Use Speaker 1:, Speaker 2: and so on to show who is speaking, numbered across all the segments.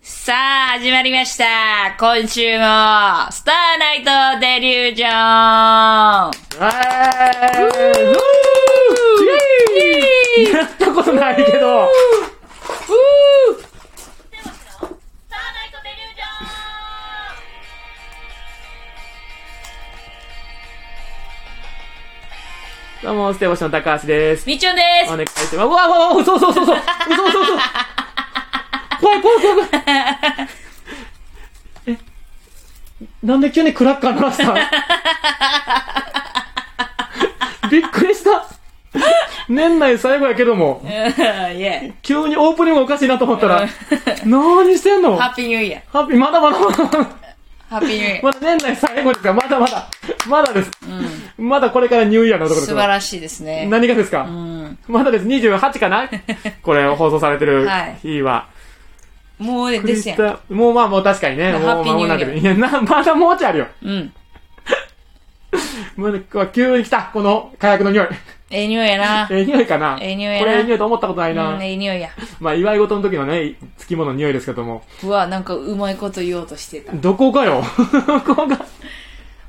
Speaker 1: さあ、始まりました。今週も、スターナイトデリュージョン
Speaker 2: はい。
Speaker 1: イエーイ
Speaker 2: やったことないけど、どうも、ステボシの高橋です。
Speaker 1: みっちょんで
Speaker 2: お
Speaker 1: す
Speaker 2: 願いします。うわうわうわ、そうそうそうそう。そうそうそう。怖い怖い怖い怖い。え、なんで急にクラッカー鳴らしたんびっくりした。年内最後やけど も、
Speaker 1: うんイエ
Speaker 2: 急にオープニングおかしいなと思っ たら、
Speaker 1: ーイ
Speaker 2: 何してんの
Speaker 1: ハ
Speaker 2: ハ
Speaker 1: ッピーニューイヤー。
Speaker 2: ッピー、まだまだまだ。
Speaker 1: ハッピーニューイ ヤー。
Speaker 2: まだ年内最後ですから、まだまだ。まだです。まだこれからニューイヤーのところ
Speaker 1: 素
Speaker 2: です
Speaker 1: 晴
Speaker 2: から
Speaker 1: しいですね。
Speaker 2: 何がですか、
Speaker 1: うん
Speaker 2: まだです。28かなこれ放送されてる
Speaker 1: はい
Speaker 2: 日は。
Speaker 1: もうね
Speaker 2: クリ
Speaker 1: です
Speaker 2: ス
Speaker 1: やん。
Speaker 2: タもうまあもう確かにね。
Speaker 1: まあ
Speaker 2: もう
Speaker 1: ハッピー
Speaker 2: 間もなく
Speaker 1: ニュ
Speaker 2: で。いや、な、まだもうちょいあるよ。
Speaker 1: うん。
Speaker 2: もうね急に来た。この火薬 の匂い。
Speaker 1: ええ匂いやな。
Speaker 2: ええ匂いかな
Speaker 1: ええ匂いやな
Speaker 2: これええ匂いと思ったことないな。
Speaker 1: うん、ええ匂いや。
Speaker 2: まあ祝い事の時のね、つきもの匂いですけども。
Speaker 1: うわ、なんかうまいこと言おうとしてた。
Speaker 2: ど こかよ。どこが。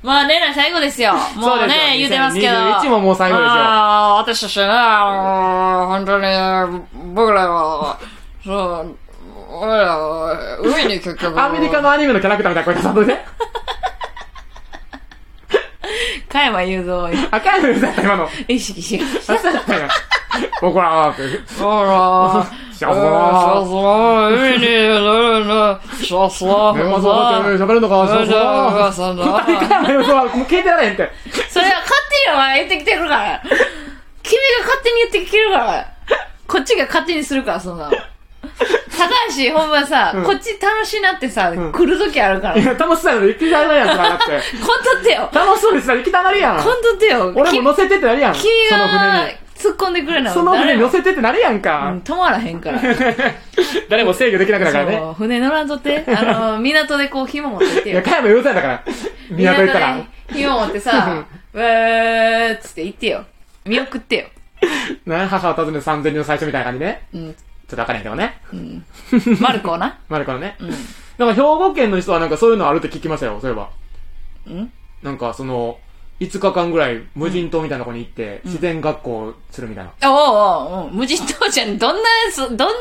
Speaker 1: まあ、年内最後ですよ。もう
Speaker 2: そうです
Speaker 1: ね、言
Speaker 2: よ
Speaker 1: うてますけど。
Speaker 2: 2021ももう最後ですよ
Speaker 1: ああ、私たちはね、本当に、僕らは、そう、俺らは、海に結 局。
Speaker 2: アメリカ。のアニメのキャラクターみたいな声出さんといて。
Speaker 1: 加山雄三を
Speaker 2: 赤いのだった今の。
Speaker 1: 意識しまし
Speaker 2: あ、そうだったんや。怒らーって。
Speaker 1: た。ほら、
Speaker 2: シャッソー。
Speaker 1: 海に、ね、シ ャスワ
Speaker 2: 年末分かって喋るのか、シャッソー。二人からの予想はもう聞いてられへんって。
Speaker 1: それは勝手にお前言ってきてるから。君が勝手に言ってきてるから。こっちが勝手にするから、そんなの。高橋、ほんまさ、
Speaker 2: うん
Speaker 1: こっち楽しいなってさ、
Speaker 2: ん
Speaker 1: 来る時あるから。
Speaker 2: い
Speaker 1: こん
Speaker 2: や、楽しそうやの行きたがるやん、そらだって。
Speaker 1: とって よ。
Speaker 2: 楽しそうにしたら行きたがるやん。
Speaker 1: こんとってよ。
Speaker 2: 俺も乗せてってなるやん。
Speaker 1: き
Speaker 2: そ
Speaker 1: 君
Speaker 2: の
Speaker 1: が
Speaker 2: 船に。
Speaker 1: 突っ込んでくれな
Speaker 2: その船に乗
Speaker 1: も
Speaker 2: せてってなるやん
Speaker 1: う
Speaker 2: か
Speaker 1: ん。止まらへんから。
Speaker 2: 誰も制御できなくなるからね。
Speaker 1: そう船乗らんとって。あ の、港でこう紐持ってって
Speaker 2: いや、
Speaker 1: よ。
Speaker 2: 加山言うたんだから。港行ったら。
Speaker 1: で紐持ってさ、うーっつって行ってよ。見送ってよ。
Speaker 2: な、母を訪ねる三千人の最初みたいな感じね。
Speaker 1: うん。
Speaker 2: ちょっとわからへんけどね。
Speaker 1: うん。マルコをな。
Speaker 2: マルコのね
Speaker 1: う。ん。
Speaker 2: なんか兵庫県の人はなんかそういうのあるって聞きましたよ、そういえば。
Speaker 1: うん
Speaker 2: なんかその、5日間ぐらい無人島みたいなとこに行って、自然学校をするみたいな。
Speaker 1: おうおう、うん、無人島じゃん。どんな、そどんなが、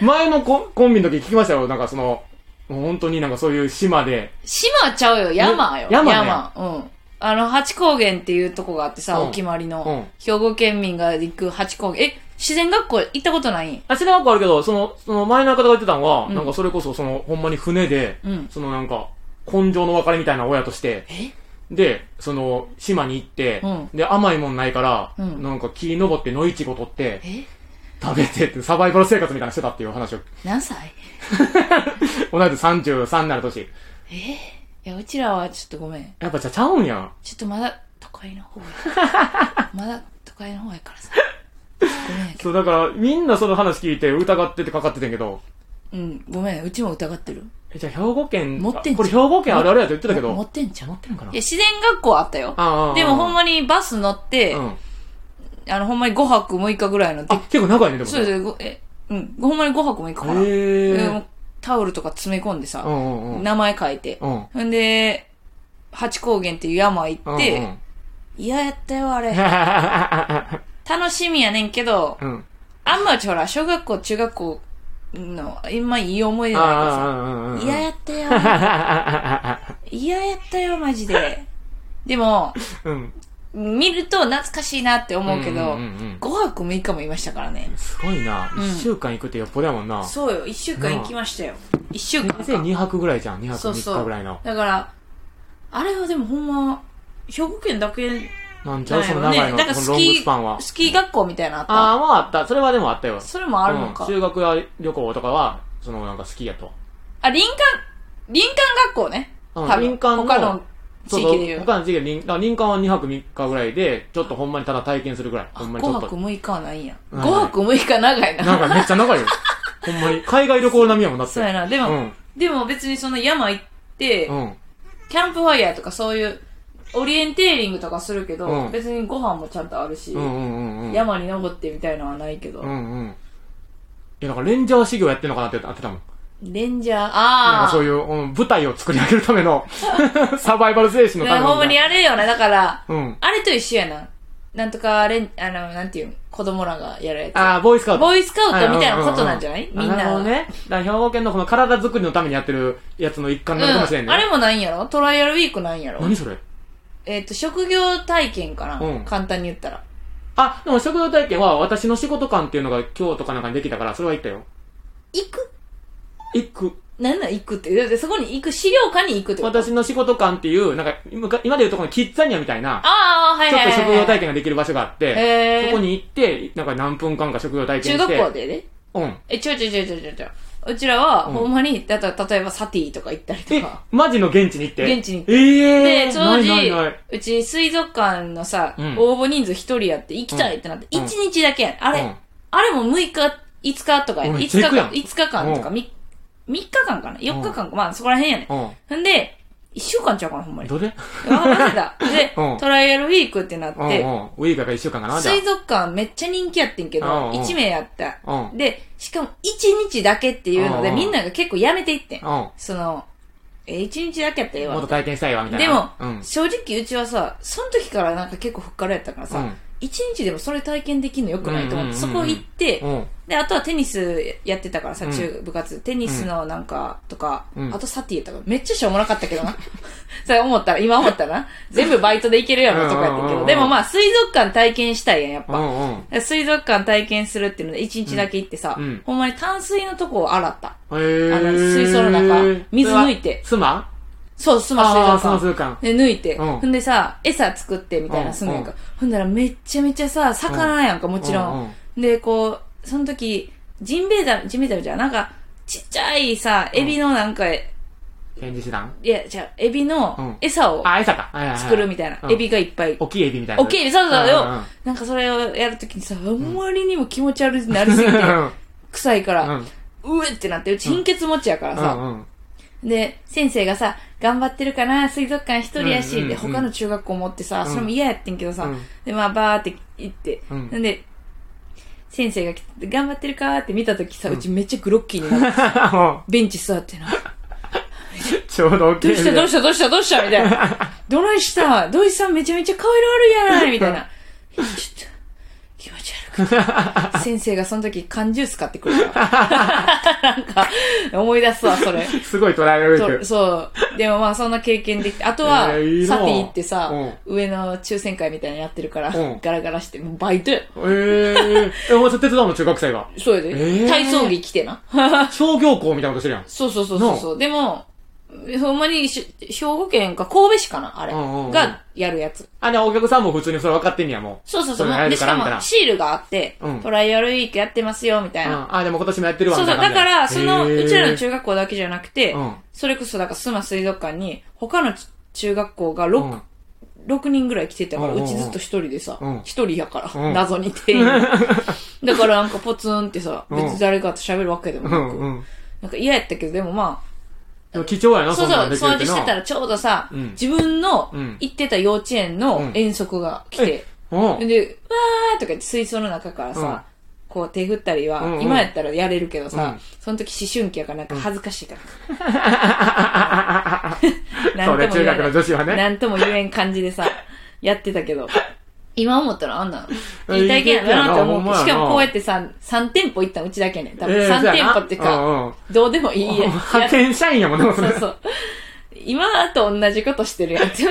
Speaker 2: え前のコンコンビの時聞きましたよ。なんかその、もう本当になんかそういう島で、
Speaker 1: 島ちゃうよ。山よ。
Speaker 2: え山ね
Speaker 1: うん。あの、八高原っていうとこがあってさ、
Speaker 2: うん
Speaker 1: お決まりの、
Speaker 2: うん
Speaker 1: 兵庫県民が行く八高原。え、自然学校行ったことないん
Speaker 2: あ、知らんかあるけど、その、その前の方が言ってたのは、
Speaker 1: うん
Speaker 2: なんかそれこそその、ほんまに船で、
Speaker 1: うん
Speaker 2: そのなんか、根性の別れみたいな親として、
Speaker 1: え
Speaker 2: で、その、島に行って、
Speaker 1: うん
Speaker 2: で、甘いもんないから、
Speaker 1: うん
Speaker 2: なんか木登って野いちご取って、
Speaker 1: え
Speaker 2: 食べてって、サバイバル生活みたいなのしてたっていう話を、
Speaker 1: 何歳
Speaker 2: 同じ33になる年。
Speaker 1: えいや、うちらはちょっとごめん。
Speaker 2: やっぱじゃあちゃうんやん。
Speaker 1: ちょっとまだ都会の方 や。まだ都会の方やからさ。ごめんやけど。
Speaker 2: そう、だから、みんなその話聞いて疑っててかかっててんけど、
Speaker 1: うん、ごめん。うちも疑ってる。
Speaker 2: え、じゃあ兵庫県、
Speaker 1: 持ってんじゃん
Speaker 2: これ兵庫県あるあるやと言ってたけど、
Speaker 1: 持ってんじゃん。い
Speaker 2: 持ってんかな
Speaker 1: や、自然学校あったよ。
Speaker 2: ああ
Speaker 1: でもほん
Speaker 2: ま
Speaker 1: まにバス乗って、
Speaker 2: うん。
Speaker 1: あの、ほんまに5泊6日ぐらいので
Speaker 2: あ、結構長いね、でも。
Speaker 1: そうです、ごえ、うん、ほんまに5泊も行くかな。
Speaker 2: へ
Speaker 1: で
Speaker 2: え
Speaker 1: もうタオルとか詰め込んで
Speaker 2: う
Speaker 1: さ、
Speaker 2: んうんうん。
Speaker 1: 名前書いて。
Speaker 2: うん。
Speaker 1: ほんで、八高原っていう山行
Speaker 2: う
Speaker 1: っ
Speaker 2: んう
Speaker 1: て、
Speaker 2: ん
Speaker 1: 嫌、やったよ、あれ。楽しみやねんけど、
Speaker 2: うん。
Speaker 1: あんまうちほら、小学校、中学校の、今いい思い出だからさ、
Speaker 2: ああ、
Speaker 1: 嫌やったよ、嫌やったよ、マジで。でも、
Speaker 2: うん。
Speaker 1: 見ると懐かしいなって思うけど、
Speaker 2: うんうんうんうん
Speaker 1: 5泊6日もいましたからね。
Speaker 2: すごいな。
Speaker 1: うん
Speaker 2: 一週間行くってよっぽどやもんな。
Speaker 1: そうよ、1週間行きましたよ。1週間か。
Speaker 2: 先生2泊ぐらいじゃん。2泊
Speaker 1: そうそう
Speaker 2: 3日ぐらいの。
Speaker 1: だから、あれはでもほんま、兵庫県だけ
Speaker 2: なんち
Speaker 1: な
Speaker 2: ゃ
Speaker 1: ん
Speaker 2: う
Speaker 1: や
Speaker 2: その
Speaker 1: ろね
Speaker 2: 長い。の、
Speaker 1: なんか
Speaker 2: この
Speaker 1: ス
Speaker 2: ロング
Speaker 1: キ
Speaker 2: スパン
Speaker 1: ー、
Speaker 2: は。
Speaker 1: スキー学校みたいなのあっ
Speaker 2: ああ、もうあった。それはでもあったよ
Speaker 1: た。。それもあるのか。
Speaker 2: うん修学旅行とかは、そのなんかスキーやと。
Speaker 1: あ、林間、林間学校ね。
Speaker 2: うん
Speaker 1: 多分
Speaker 2: 林間の
Speaker 1: 他の
Speaker 2: そ
Speaker 1: 地
Speaker 2: うそう
Speaker 1: 域で言う。
Speaker 2: 他の地域で林、だから林間は2泊3日ぐらいで、ちょっとほんまにただ体験するぐらい。ほんまに
Speaker 1: 5
Speaker 2: ちょっと
Speaker 1: 泊。6日はないんや。
Speaker 2: うん
Speaker 1: 5泊6日長い
Speaker 2: な
Speaker 1: な。
Speaker 2: んかめっち ゃ長いよ。ほんまに。海外旅行並みやもんだって。
Speaker 1: そうやな。で
Speaker 2: う
Speaker 1: も、
Speaker 2: ん。
Speaker 1: でも別にその山行って
Speaker 2: う、ん。
Speaker 1: キャンプファイヤーとかそういう、オリエンテーリングとかするけ
Speaker 2: う
Speaker 1: ど、
Speaker 2: ん
Speaker 1: 別にご飯もちゃんとあるし
Speaker 2: う、んうんうんうん。
Speaker 1: 山に登ってみたいのはないけど
Speaker 2: う。んうん。いや、だからレンジャー修行やってんのかなってなってたもん。
Speaker 1: レンジャー、
Speaker 2: なん
Speaker 1: あ
Speaker 2: かそう
Speaker 1: あ。
Speaker 2: いう、うん、舞台を作り上げるための サバイバ ル精神のための
Speaker 1: ほんまにあれよな、だから、
Speaker 2: うん
Speaker 1: あれと一緒やな。なんとかレン、あの、なんていうん、子供らがやるやつ。
Speaker 2: ああ、ボーイスカウト。
Speaker 1: ボーイスカウトみたいなことなんじゃない
Speaker 2: はう
Speaker 1: みん
Speaker 2: うう
Speaker 1: な
Speaker 2: あなるほどね。だから兵庫県のこの体作りのためにやってるやつの一環なのかもしれん
Speaker 1: う
Speaker 2: ね。
Speaker 1: ん、あれもないんやろトライアルウィークないんやろ
Speaker 2: 何それ
Speaker 1: えっ、と、職業体験かな、
Speaker 2: うん
Speaker 1: 簡単に言ったら。
Speaker 2: あ、でも食堂体験は私の仕事感っていうのが今日とかなんかにできたから、それは行ったよ。
Speaker 1: 行く
Speaker 2: 行く。
Speaker 1: なんなん行くって。だってそこに行く、資料館に行くってこと。
Speaker 2: 私の仕事感っていう、なんか、今今でいうとこのキッザニアみたいな、
Speaker 1: ああ、はい
Speaker 2: ちょ
Speaker 1: はいはい、
Speaker 2: っと
Speaker 1: はい。
Speaker 2: 食堂体験ができる場所があって、
Speaker 1: えー、
Speaker 2: そこに行って、なんか何分間か食堂体験
Speaker 1: 中
Speaker 2: して。
Speaker 1: 学校でね。
Speaker 2: うん。
Speaker 1: え、ちょいちょいちょいちょいちょいちょい。うちらは、
Speaker 2: うん
Speaker 1: ほんまに、だから例えばサティとか行ったりと
Speaker 2: え
Speaker 1: か。、
Speaker 2: マジの現地に行って
Speaker 1: 現地に行って
Speaker 2: ええ
Speaker 1: で、
Speaker 2: ー、
Speaker 1: 当時
Speaker 2: ないないない、
Speaker 1: うち水族館のさ、
Speaker 2: うん
Speaker 1: 応募人数一人やって行きたいってなって、
Speaker 2: う
Speaker 1: 一
Speaker 2: ん
Speaker 1: 日だけやん。あれ、
Speaker 2: うん
Speaker 1: あれも6日、5日とかや
Speaker 2: うん
Speaker 1: 5
Speaker 2: めっ
Speaker 1: 日
Speaker 2: ちゃ行くやん
Speaker 1: 間、5日間とか、
Speaker 2: う
Speaker 1: み3日間かな ?4 日間か、まあそこら辺やねん。
Speaker 2: う
Speaker 1: ほんで、1週間ちゃうかな、ほんま
Speaker 2: ん。
Speaker 1: に。
Speaker 2: どれ
Speaker 1: あ、マジだ。で
Speaker 2: うん、
Speaker 1: トライアルウィークってなっ
Speaker 2: うんうん。
Speaker 1: て、
Speaker 2: ウィーカーが一週間かなじゃ
Speaker 1: 水族館めっちゃ人気やってんけど、
Speaker 2: うんうん
Speaker 1: 1名やった。
Speaker 2: あ。うん。
Speaker 1: で、しかも1日だけっていうので、
Speaker 2: うんうん
Speaker 1: みんなが結構やめていってん。
Speaker 2: う
Speaker 1: その、え、1日だけやったらええ
Speaker 2: ん。
Speaker 1: わ
Speaker 2: もっと体験したいわ、みたい
Speaker 1: でも
Speaker 2: な。、うん。
Speaker 1: 正直うちはさ、その時からなんか結構ふっからやったから
Speaker 2: う
Speaker 1: さ
Speaker 2: ん、
Speaker 1: 一、日でもそれ体験できるのよくないと思って、
Speaker 2: うんうんうん
Speaker 1: そ
Speaker 2: うん
Speaker 1: こ行って、
Speaker 2: うん。
Speaker 1: で、あとはテニスやってたからさ、
Speaker 2: うん
Speaker 1: 中部活、テニスのなんかとか、
Speaker 2: うん
Speaker 1: あとサティとか、めっちゃしょうもなかったけどな。 それ思ったら、今思ったらな。全部バイトで行けるやろとかやってん
Speaker 2: う
Speaker 1: け
Speaker 2: んうんうんう
Speaker 1: ど、
Speaker 2: ん
Speaker 1: でもまあ水族館体験したいやん、やっ
Speaker 2: う
Speaker 1: ぱ。
Speaker 2: んうん。
Speaker 1: 水族館体験するっていうので、一日だけ行ってさ、
Speaker 2: うんうん
Speaker 1: ほんまに淡水のとこを洗った。
Speaker 2: へー
Speaker 1: あの水槽の中水抜いて
Speaker 2: それは
Speaker 1: そう、ス
Speaker 2: 妻
Speaker 1: マ水
Speaker 2: ああー、
Speaker 1: 族
Speaker 2: その
Speaker 1: 館。
Speaker 2: 水館。
Speaker 1: で、抜いて、
Speaker 2: うん
Speaker 1: ほんでさ、餌作ってみたいなすんねんか。ほんだらめっちゃめちゃさ、魚やんか、もちろん。
Speaker 2: うん
Speaker 1: で、こう、その時、ジンベエザメ、ジンベエザメじゃん、なんか、ちっちゃいさ、エビのなんか、い
Speaker 2: 展示手段
Speaker 1: や、じゃあエビの
Speaker 2: うん
Speaker 1: 餌を
Speaker 2: あ、餌か。はいはいはい
Speaker 1: 作るみたいな。
Speaker 2: うん
Speaker 1: エビがいっぱい。
Speaker 2: 大きいエビみたいな。
Speaker 1: 大きいエビ、そうそう
Speaker 2: うんうん
Speaker 1: よ。なんかそれをやるときにさ、あまりにも気持ち悪くなりすぎて、臭いから、うえってなって、うち貧血持ちやからさ、
Speaker 2: うんうん
Speaker 1: で、先生がさ、頑張ってるかな、水族館一人やし、
Speaker 2: うんうんうん
Speaker 1: で、他の中学校持ってさ、
Speaker 2: ん
Speaker 1: それも嫌やってんけどさ、
Speaker 2: うん
Speaker 1: で、まあ、バーって行って、
Speaker 2: うん
Speaker 1: なんで、先生が来て、頑張ってるかーって見たときさ、うちめっちゃグロッキーにな って、
Speaker 2: も
Speaker 1: ベンチ座ってな、
Speaker 2: うちょうど大きい
Speaker 1: ど
Speaker 2: エ
Speaker 1: う
Speaker 2: ビ
Speaker 1: したどうしたどうしたどうしたみたい な。どないした土井さんめちゃめちゃ顔色悪いやないみたいな。ちょっと、気持ち悪くて。先生がその時缶ジュース買ってくるから。 なんか、思い出すわ、それ。
Speaker 2: すごい捉えられ
Speaker 1: そ
Speaker 2: て
Speaker 1: う
Speaker 2: る。
Speaker 1: そう。でもまあそんな経験できて、あとは、
Speaker 2: えーいいな
Speaker 1: サティってさ、
Speaker 2: う
Speaker 1: 上の抽選会みたいなのやってるから、
Speaker 2: うん
Speaker 1: ガラガラして、もうバイトよ。
Speaker 2: ええ。え、お前それ手伝うの中学生が。
Speaker 1: そうやで、
Speaker 2: えー
Speaker 1: 体操着着てな。
Speaker 2: 商業校みたいなことしてるやん。
Speaker 1: そうそうそうそうそう。でも、ほんまにし、兵庫県か神戸市かなあれ、
Speaker 2: うんうんうん
Speaker 1: がやるやつ。
Speaker 2: あ、でもお客さんも普通にそれ分かってんねや、もう。
Speaker 1: そうそうそう。
Speaker 2: それや
Speaker 1: で、
Speaker 2: る
Speaker 1: し
Speaker 2: か
Speaker 1: から
Speaker 2: みたい
Speaker 1: も
Speaker 2: な
Speaker 1: シールがあって、
Speaker 2: うん
Speaker 1: トライアルウィークやってますよ、みたいうな。
Speaker 2: んあ、でも今年もやってるわ、
Speaker 1: そうそう。
Speaker 2: みた
Speaker 1: だ
Speaker 2: いな
Speaker 1: か
Speaker 2: 感じや
Speaker 1: ら、その、
Speaker 2: へー
Speaker 1: うちらの中学校だけじゃなくて、
Speaker 2: うん
Speaker 1: それこそ、だから、須磨水族館に、他の中学校が6、
Speaker 2: うん
Speaker 1: 6人ぐらい来てたから、
Speaker 2: うんうん
Speaker 1: う
Speaker 2: うん
Speaker 1: ちずっと一人でさ
Speaker 2: うん、
Speaker 1: 一人やか
Speaker 2: う
Speaker 1: ら、
Speaker 2: ん
Speaker 1: 謎に店 員。だからなんかポツンってさ、
Speaker 2: うん
Speaker 1: 別に誰かと喋るわけでも
Speaker 2: う
Speaker 1: なんく、
Speaker 2: うん。
Speaker 1: なんか嫌やったけど、でもま
Speaker 2: でも貴重や
Speaker 1: あ、
Speaker 2: な、
Speaker 1: そう
Speaker 2: そ
Speaker 1: んそう
Speaker 2: なん、できる
Speaker 1: 掃除
Speaker 2: ってな
Speaker 1: してたらちょうどさ、
Speaker 2: うん
Speaker 1: 自分の
Speaker 2: うん
Speaker 1: 行ってた幼稚園の遠足が来て、
Speaker 2: うん
Speaker 1: で、うわーとか言って水槽の中から
Speaker 2: うん
Speaker 1: さ、こう手振ったりは、
Speaker 2: うんうん
Speaker 1: 今やったらやれるけどさ、
Speaker 2: うん
Speaker 1: その時思春期やからなんか恥ずかしいから。 なん
Speaker 2: そ
Speaker 1: と
Speaker 2: れ
Speaker 1: も言
Speaker 2: 中
Speaker 1: えない
Speaker 2: 学の女子はね。
Speaker 1: なんとも言えん感じで さ、やってたけど。今思ったらあんなの。いい体験やなって思うけど。
Speaker 2: いい
Speaker 1: し
Speaker 2: 経験やな
Speaker 1: かもこうやってさ、3店舗行ったのうちだけやねん。多分
Speaker 2: えー
Speaker 1: 3店舗っていう。
Speaker 2: そうや
Speaker 1: か、
Speaker 2: なうんうん
Speaker 1: どうでもいいや。
Speaker 2: 派遣社員やもんね、もうそ
Speaker 1: そう
Speaker 2: れ。
Speaker 1: そう。今と同じことしてるやつ。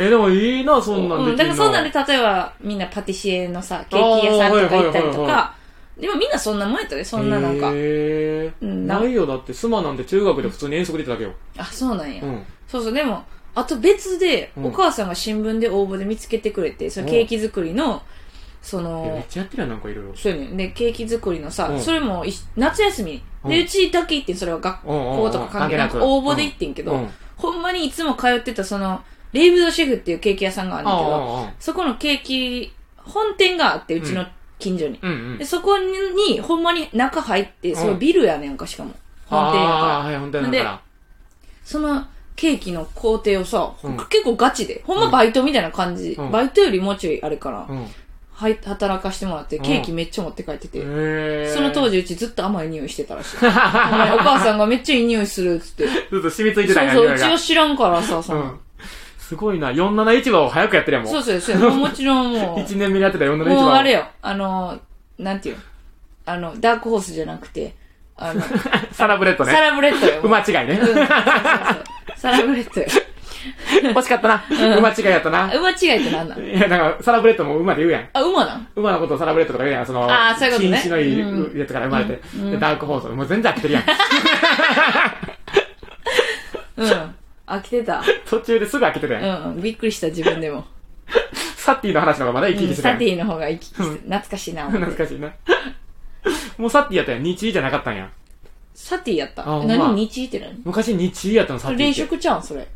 Speaker 2: え、でもいいな、そんなん
Speaker 1: うん、
Speaker 2: できんの。
Speaker 1: だからそんなんで、例えばみんなパティシエのさ、ケーキ屋さんとか行ったり
Speaker 2: あーはいはい
Speaker 1: と
Speaker 2: はいは
Speaker 1: か、でもみんなそんな前とね、そんななんか、
Speaker 2: へー
Speaker 1: うん
Speaker 2: ないよ、だって、スマなんて中学で普通に遠足出てただけよ。
Speaker 1: あ、そうなんや
Speaker 2: う。ん。
Speaker 1: そうそう、でも、あと別で、
Speaker 2: うん
Speaker 1: お母さんが新聞で応募で見つけてくれて、そのケーキ作りの、そ
Speaker 2: いやめっ
Speaker 1: の、
Speaker 2: ちゃやってるやん、なんかいろいろ。
Speaker 1: そうやねん。で、ケーキ作りのさ、
Speaker 2: うん
Speaker 1: それもい夏休み。で、
Speaker 2: うん
Speaker 1: うちだけ行ってん、それは学校とか関係なく、
Speaker 2: うんうんうん
Speaker 1: 応募で行ってんけど、
Speaker 2: うん
Speaker 1: ほんまにいつも通ってた、その、レイブドシェフっていうケーキ屋さんがあるんだけど、
Speaker 2: あ
Speaker 1: そこのケーキ、本店があって、うちの近所に。
Speaker 2: あ、うんうん
Speaker 1: で。そこに、ほんまに中入って、
Speaker 2: ん
Speaker 1: そのビルやねんか、しかも。本店や
Speaker 2: ああ、
Speaker 1: から。
Speaker 2: はい、本店だから。
Speaker 1: そのケーキの工程をさ、
Speaker 2: うん
Speaker 1: 結構ガチで、ほんまバイトみたいな感じ、
Speaker 2: うん
Speaker 1: バイトよりもうちょいあれかな、
Speaker 2: うん。
Speaker 1: はい働かしてもらって、
Speaker 2: うん
Speaker 1: ケーキめっちゃ持って帰ってて。
Speaker 2: え
Speaker 1: その当
Speaker 2: 時。
Speaker 1: 時うちずっと甘い匂いしてた らしい。お前お母さんがめっちゃいい匂いするっつって。
Speaker 2: ずっと染みついてた
Speaker 1: そうそう、
Speaker 2: んや匂
Speaker 1: う
Speaker 2: い
Speaker 1: ちを
Speaker 2: が。
Speaker 1: 知らんからさ、そ
Speaker 2: うん。すごいな。47市場を早くやってるやんも。
Speaker 1: そううそうそう。もうもちろん もう。
Speaker 2: 1年目にやってた47市場を。
Speaker 1: もうあれよ、あの、なんていうのあの、ダークホースじゃなくて、あの、
Speaker 2: サラブレッド
Speaker 1: サ
Speaker 2: ね。
Speaker 1: ラブレッドよ。
Speaker 2: 馬違いね
Speaker 1: うん。そうそうそうサラブレッドよ。
Speaker 2: 欲しかったな。馬違いやったな。い
Speaker 1: 馬違いってなんなん
Speaker 2: や、なんか、サラブレッドも馬で言うやん。
Speaker 1: あ、馬なん
Speaker 2: 馬のことをサラブレッドとか言うやん。その、
Speaker 1: あーそういうことね
Speaker 2: 品種のいいやつから生まれて。でダークホース。もう全然飽きて るやん。
Speaker 1: うん。飽きてた。
Speaker 2: 途中ですぐ飽きてるやん。
Speaker 1: うん。びっくりした、自分でも。
Speaker 2: サティの話の方がまだ生き
Speaker 1: う
Speaker 2: 生き
Speaker 1: ん
Speaker 2: してたや
Speaker 1: サ
Speaker 2: ん。
Speaker 1: ティの方が生き生きして懐かしいな、思っ
Speaker 2: 懐
Speaker 1: て
Speaker 2: かしいな。もうサティやったやん。日医じゃなかったんや。
Speaker 1: サティやった。
Speaker 2: あほんま
Speaker 1: 何日って何
Speaker 2: 昔日医やったの、サ
Speaker 1: そ
Speaker 2: テ
Speaker 1: れ、
Speaker 2: ィ
Speaker 1: 冷
Speaker 2: って。
Speaker 1: 食ちゃうん、それ。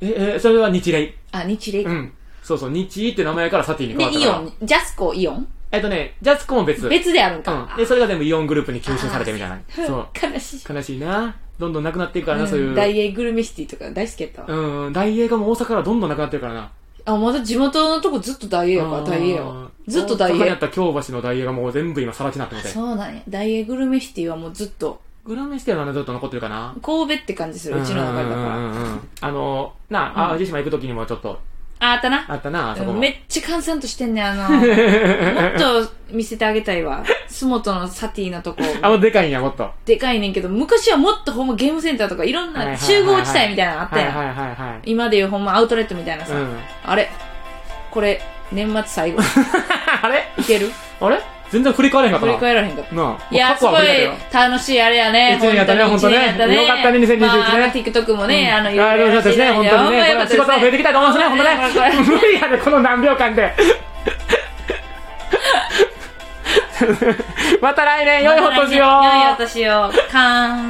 Speaker 2: え、え、それは日霊。
Speaker 1: あ、日霊
Speaker 2: う。ん。そうそう、日医って名前からサティに変わっ
Speaker 1: で、
Speaker 2: た
Speaker 1: イ
Speaker 2: か
Speaker 1: オ
Speaker 2: ら。
Speaker 1: ン、ジャスコイオン
Speaker 2: えっとね、ジャスコも別。
Speaker 1: 別であるん
Speaker 2: う
Speaker 1: か
Speaker 2: ん。。で、それが全部イオングループに吸収されてみたいな。そう。
Speaker 1: 悲しい。
Speaker 2: 悲しいな。どんどんなくなっていくからな、そう
Speaker 1: う
Speaker 2: い
Speaker 1: ん
Speaker 2: う。
Speaker 1: ダイエーグルメシティとか大好きやったわ。
Speaker 2: うん、大映画も大阪からどんどんなくなってるからな。
Speaker 1: あ、まだ地元のとこずっと大英やから、大英やわ。ずっと大
Speaker 2: 映や
Speaker 1: 英
Speaker 2: っ。た京橋の大映画もう全部今さら地になってみて。
Speaker 1: そうなんや。大英グルメシティはもうずっと、
Speaker 2: グラメシティはまだずっと残ってるかな。
Speaker 1: 神戸って感じする、うちの中でだから。
Speaker 2: ら。あの、なあ、淡路島行くときにもちょっと
Speaker 1: あ、あったな。
Speaker 2: あったな、あそこ
Speaker 1: うん
Speaker 2: も
Speaker 1: め。っちゃ閑散としてんねん、あの、 もっと見せてあげたいわ。洲本のサティのとこ。
Speaker 2: あ、もうでかいんや、もっと。
Speaker 1: でかいねんけど、昔はもっとほんまゲームセンターとかいろん
Speaker 2: はいはい
Speaker 1: な
Speaker 2: はい
Speaker 1: 集合地帯みたいなのあったや
Speaker 2: は
Speaker 1: ん。
Speaker 2: いはいはいはい。
Speaker 1: 今でいうほんまアウトレットみたいな
Speaker 2: う
Speaker 1: さ。
Speaker 2: ん。
Speaker 1: あれこれ、年末最後。
Speaker 2: あれ
Speaker 1: いける
Speaker 2: あれ全然振り返れへんかっ
Speaker 1: 振
Speaker 2: たな。
Speaker 1: り返らへんかった。
Speaker 2: なあもう
Speaker 1: いやー、
Speaker 2: 過
Speaker 1: す
Speaker 2: 去
Speaker 1: ご
Speaker 2: は振り返
Speaker 1: い
Speaker 2: れよ
Speaker 1: 楽しいあれやね。
Speaker 2: 一年やったね
Speaker 1: 本当に
Speaker 2: 本
Speaker 1: 一年
Speaker 2: 当ね
Speaker 1: やったね
Speaker 2: よかったね2021ね
Speaker 1: まああの TikTok もね、あの、い
Speaker 2: あ
Speaker 1: ろい
Speaker 2: り
Speaker 1: ろ
Speaker 2: がとうございますね、本当にね。これは仕事も増えてきたいと思いますね、本当 ね。無理やで、この何秒間で。また来年、良いお年
Speaker 1: 良
Speaker 2: を。
Speaker 1: いお年を。カーン。